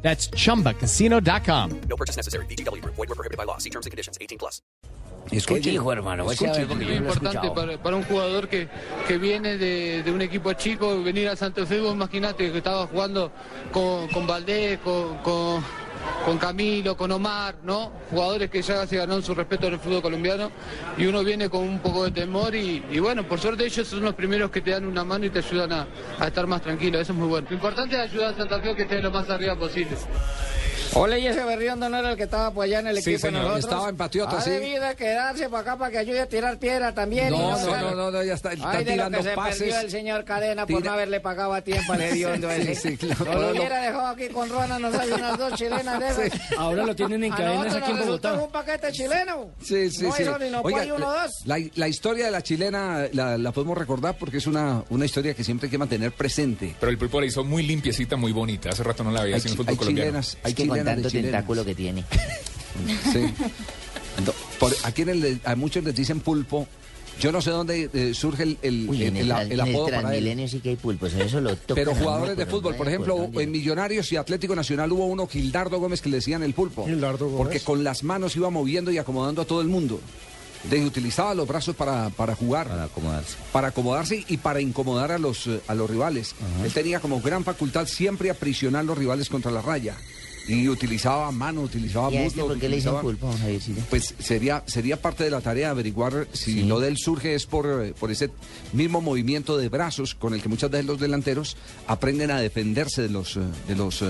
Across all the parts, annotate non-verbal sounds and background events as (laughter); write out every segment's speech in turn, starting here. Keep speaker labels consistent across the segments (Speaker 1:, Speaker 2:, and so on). Speaker 1: That's chumbacasino.com.
Speaker 2: No purchase necessary. BGW. Void were prohibited by law. See terms and conditions. 18 plus.
Speaker 3: ¿Qué dijo, hermano? Voy a
Speaker 4: Escuche,
Speaker 3: ver,
Speaker 4: porque
Speaker 3: porque yo no lo
Speaker 4: es
Speaker 3: he
Speaker 4: importante
Speaker 3: escuchado.
Speaker 4: para, para un jugador que, que viene de, de un equipo chico, venir a Santo Fe, vos imaginate que estaba jugando con, con Valdés, con, con, con Camilo, con Omar, ¿no? Jugadores que ya se ganaron su respeto en el fútbol colombiano y uno viene con un poco de temor y, y bueno, por suerte ellos son los primeros que te dan una mano y te ayudan a, a estar más tranquilo, eso es muy bueno. Lo importante es ayudar a Santa Fe a que esté lo más arriba posible.
Speaker 5: Hola, y ese Berrión no era el que estaba por allá en el
Speaker 3: Sí,
Speaker 5: equipo de
Speaker 3: señor,
Speaker 5: nosotros.
Speaker 3: estaba en Patriota,
Speaker 5: ha
Speaker 3: sí.
Speaker 5: debido quedarse para acá para que ayude a tirar piedra también. y
Speaker 3: No,
Speaker 5: sea-
Speaker 3: no, no, no, no, ya está, está
Speaker 5: Ay, de lo
Speaker 3: tirando
Speaker 5: que se perdió el
Speaker 3: pases.
Speaker 5: señor Cadena por
Speaker 3: Tira-
Speaker 5: no haberle pagado a tiempo al hediondo
Speaker 3: (laughs) Sí,
Speaker 5: ese.
Speaker 3: sí, claro,
Speaker 5: No
Speaker 3: ahora
Speaker 5: lo
Speaker 3: lo-
Speaker 5: hubiera dejado aquí con Ruana, nos hay unas dos chilenas de esas.
Speaker 6: Ahora lo tienen en
Speaker 5: A
Speaker 6: cadenas
Speaker 5: nosotros
Speaker 6: aquí en
Speaker 5: nos resultó
Speaker 6: Bogotá.
Speaker 5: un paquete chileno.
Speaker 3: Sí, sí,
Speaker 5: no
Speaker 3: sí.
Speaker 5: hizo ni no
Speaker 3: Oiga,
Speaker 5: fue uno
Speaker 3: la,
Speaker 5: dos.
Speaker 3: la- la historia de la chilena la, la podemos recordar porque es una, una historia que siempre hay que mantener presente.
Speaker 7: Pero el pulpo la hizo muy limpiecita, muy bonita. Hace rato no la veía
Speaker 3: Hay,
Speaker 7: así en el
Speaker 3: chi-
Speaker 7: fútbol
Speaker 3: hay
Speaker 7: colombiano.
Speaker 3: chilenas, hay
Speaker 8: que con
Speaker 3: chilenas de
Speaker 8: tanto
Speaker 3: chilenas.
Speaker 8: tentáculo que tiene.
Speaker 3: (laughs) Sí. No, por- a, quienes le- a muchos les dicen pulpo. Yo no sé dónde eh, surge el, el-
Speaker 8: Uy,
Speaker 3: el-
Speaker 8: en el,
Speaker 3: el- el
Speaker 8: tran- en el
Speaker 3: apodo para él.
Speaker 8: Transmilenio sí que hay pulpos, en eso lo tocan.
Speaker 3: Pero
Speaker 8: a uno,
Speaker 3: jugadores de
Speaker 8: pero
Speaker 3: fútbol,
Speaker 8: no
Speaker 3: por
Speaker 8: hay
Speaker 3: ejemplo,
Speaker 8: por dónde.
Speaker 3: en Millonarios y Atlético Nacional hubo uno, Gildardo Gómez, que le decían el pulpo. Porque con las manos iba moviendo y acomodando a todo el mundo. De, utilizaba los brazos para, para jugar. Para acomodarse. Para acomodarse y para incomodar a los, eh, a los rivales. Él tenía como gran facultad siempre aprisionar los rivales contra la raya. Y utilizaba mano, utilizaba
Speaker 8: ¿Y a este
Speaker 3: muslo,
Speaker 8: por qué le dicen
Speaker 3: utilizaba-
Speaker 8: pulpo, Javiercito?
Speaker 3: pues sería, sería parte de la tarea averiguar si
Speaker 8: Sí.
Speaker 3: lo del surge es por, eh, por ese mismo movimiento de brazos con el que muchas veces los delanteros aprenden a defenderse de los, eh, de los eh,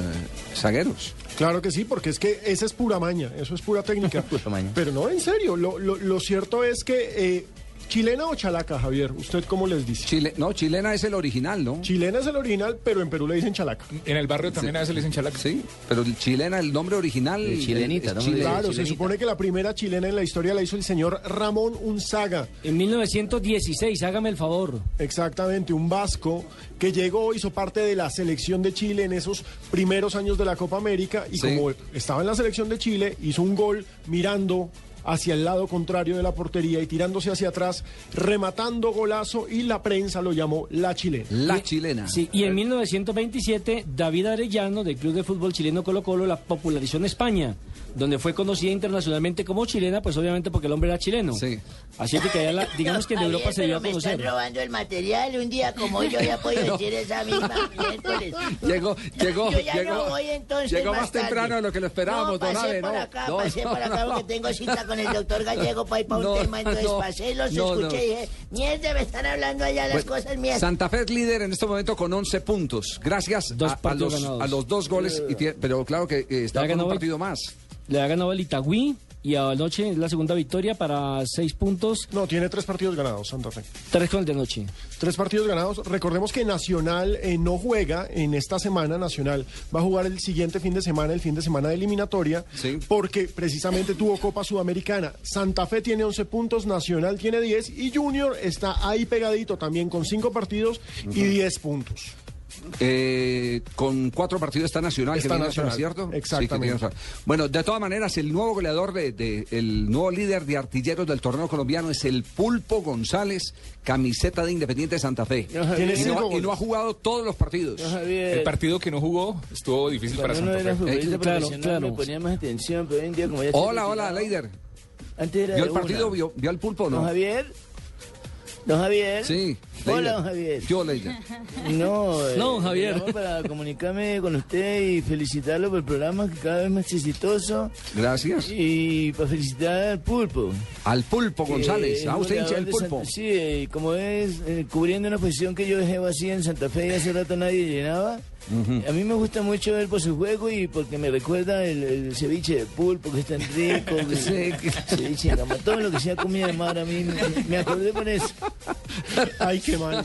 Speaker 3: zagueros.
Speaker 9: Claro que sí, porque es que esa es pura maña, eso es pura
Speaker 8: (laughs)
Speaker 9: técnica.
Speaker 8: Pura maña.
Speaker 9: Pero no, en serio, lo, lo- lo cierto es que eh, chilena o chalaca, Javier, ¿usted cómo les dice?
Speaker 3: Chile, no, chilena es el original, ¿no?
Speaker 9: Chilena es el original, pero en Perú le dicen chalaca.
Speaker 7: En el barrio también a veces le dicen chalaca.
Speaker 3: Sí, pero el chilena, el nombre original.
Speaker 8: El chilenita, ¿no?
Speaker 3: chile-
Speaker 9: Claro, se
Speaker 8: chilenita.
Speaker 9: supone que la primera chilena en la historia la hizo el señor Ramón Unzaga,
Speaker 6: En 1916, hágame el favor.
Speaker 9: exactamente, un vasco que llegó, hizo parte de la selección de Chile en esos primeros años de la Copa América y
Speaker 3: Sí.
Speaker 9: como estaba en la selección de Chile, hizo un gol mirando hacia el lado contrario de la portería y tirándose hacia atrás, rematando golazo y la prensa lo llamó la chilena.
Speaker 3: La
Speaker 6: Y-
Speaker 3: chilena.
Speaker 6: Sí, y en 1927, David Arellano, del Club de Fútbol Chileno Colo Colo, la popularizó en España, donde fue conocida internacionalmente como chilena, pues obviamente porque el hombre era chileno.
Speaker 3: Sí.
Speaker 6: Así es de que allá la- digamos que en
Speaker 8: Javier,
Speaker 6: Europa se
Speaker 8: pero
Speaker 6: dio a
Speaker 8: me están
Speaker 6: conocer.
Speaker 8: robando el material un día como hoy, yo ya
Speaker 3: (laughs)
Speaker 8: puedo decir esa misma miércoles.
Speaker 3: Llegó, llegó,
Speaker 8: Yo ya
Speaker 3: llegó,
Speaker 8: no voy entonces.
Speaker 3: llegó más,
Speaker 8: tarde.
Speaker 3: temprano de lo que lo esperábamos,
Speaker 8: no, pasé
Speaker 3: don Ave,
Speaker 8: por
Speaker 3: ¿no?
Speaker 8: acá,
Speaker 3: No,
Speaker 8: pasé
Speaker 3: no,
Speaker 8: por acá
Speaker 3: no.
Speaker 8: porque tengo cita con el doctor Gallego para ir para
Speaker 3: No,
Speaker 8: un tema, entonces
Speaker 3: no,
Speaker 8: pasé, los
Speaker 3: no,
Speaker 8: escuché
Speaker 3: no.
Speaker 8: y dije, mierda, me están hablando allá
Speaker 6: Pues,
Speaker 8: las
Speaker 3: Bueno,
Speaker 8: cosas mías.
Speaker 3: Santa Fe es líder en este momento con 11 puntos. Gracias
Speaker 6: Dos
Speaker 3: a- a,
Speaker 6: partidos
Speaker 3: los,
Speaker 6: ganados.
Speaker 3: a los dos goles. y tie- pero claro que eh, está
Speaker 6: Ya
Speaker 3: con
Speaker 6: ganó
Speaker 3: un
Speaker 6: hoy.
Speaker 3: partido más.
Speaker 6: Le ha ganado al Itagüí y anoche es la segunda victoria para seis puntos,
Speaker 9: No, tiene tres partidos ganados, Santa Fe.
Speaker 6: tres con el de anoche.
Speaker 9: Tres partidos ganados. Recordemos que Nacional eh, no juega en esta semana. Nacional va a jugar el siguiente fin de semana, el fin de semana de eliminatoria,
Speaker 3: Sí.
Speaker 9: porque precisamente tuvo Copa Sudamericana. Santa Fe tiene 11 puntos, Nacional tiene 10 y Junior está ahí pegadito también con 5 partidos y 10 puntos.
Speaker 3: Eh, con cuatro partidos está Nacional, que
Speaker 9: Está
Speaker 3: viene atrás,
Speaker 9: Nacional,
Speaker 3: ¿cierto? Sí, que
Speaker 9: exactamente.
Speaker 3: viene atrás. bueno, de todas maneras, el nuevo goleador, de, de- el nuevo líder de artilleros del torneo colombiano es el Pulpo González, camiseta de Independiente Santa Fe.
Speaker 9: Tiene
Speaker 3: Y no,
Speaker 9: cinco
Speaker 3: ha- y
Speaker 9: goles.
Speaker 3: no ha jugado todos los partidos.
Speaker 7: El partido que no jugó estuvo difícil para
Speaker 10: Cuando
Speaker 7: Santa
Speaker 10: uno era
Speaker 7: Fe.
Speaker 10: futbolista
Speaker 6: Eh, claro,
Speaker 10: profesional
Speaker 6: claro.
Speaker 10: me ponía más atención, pero hoy en día como ya estoy
Speaker 3: Hola, hola,
Speaker 10: retirado,
Speaker 3: Leider.
Speaker 10: Antes era
Speaker 3: ¿Vio
Speaker 10: de
Speaker 3: el partido?
Speaker 10: una.
Speaker 3: ¿Vio, vio al Pulpo o
Speaker 10: Don
Speaker 3: no?
Speaker 10: Javier. Don Javier.
Speaker 3: Sí.
Speaker 10: Hola,
Speaker 3: Leider.
Speaker 10: don Javier.
Speaker 3: Yo, Leider.
Speaker 10: No, eh,
Speaker 6: No, don Javier.
Speaker 10: llamo Para comunicarme con usted y felicitarlo por el programa que cada vez más exitoso
Speaker 3: Gracias.
Speaker 10: y para felicitar al Pulpo.
Speaker 3: Al Pulpo
Speaker 10: que
Speaker 3: González.
Speaker 10: es
Speaker 3: Ah, usted hincha
Speaker 10: goleador
Speaker 3: del
Speaker 10: de
Speaker 3: Pulpo.
Speaker 10: Santa- Sí, eh, como es eh, cubriendo una posición que yo dejé vacía en Santa Fe y hace rato nadie llenaba. A mí me gusta mucho ver por su juego y porque me recuerda el, el ceviche de pulpo que es tan
Speaker 3: (laughs)
Speaker 10: rico, que- ceviche de gamba, todo lo que sea comida de mar a mí me, me acordé con eso.
Speaker 3: (laughs)
Speaker 9: Ay, qué mal.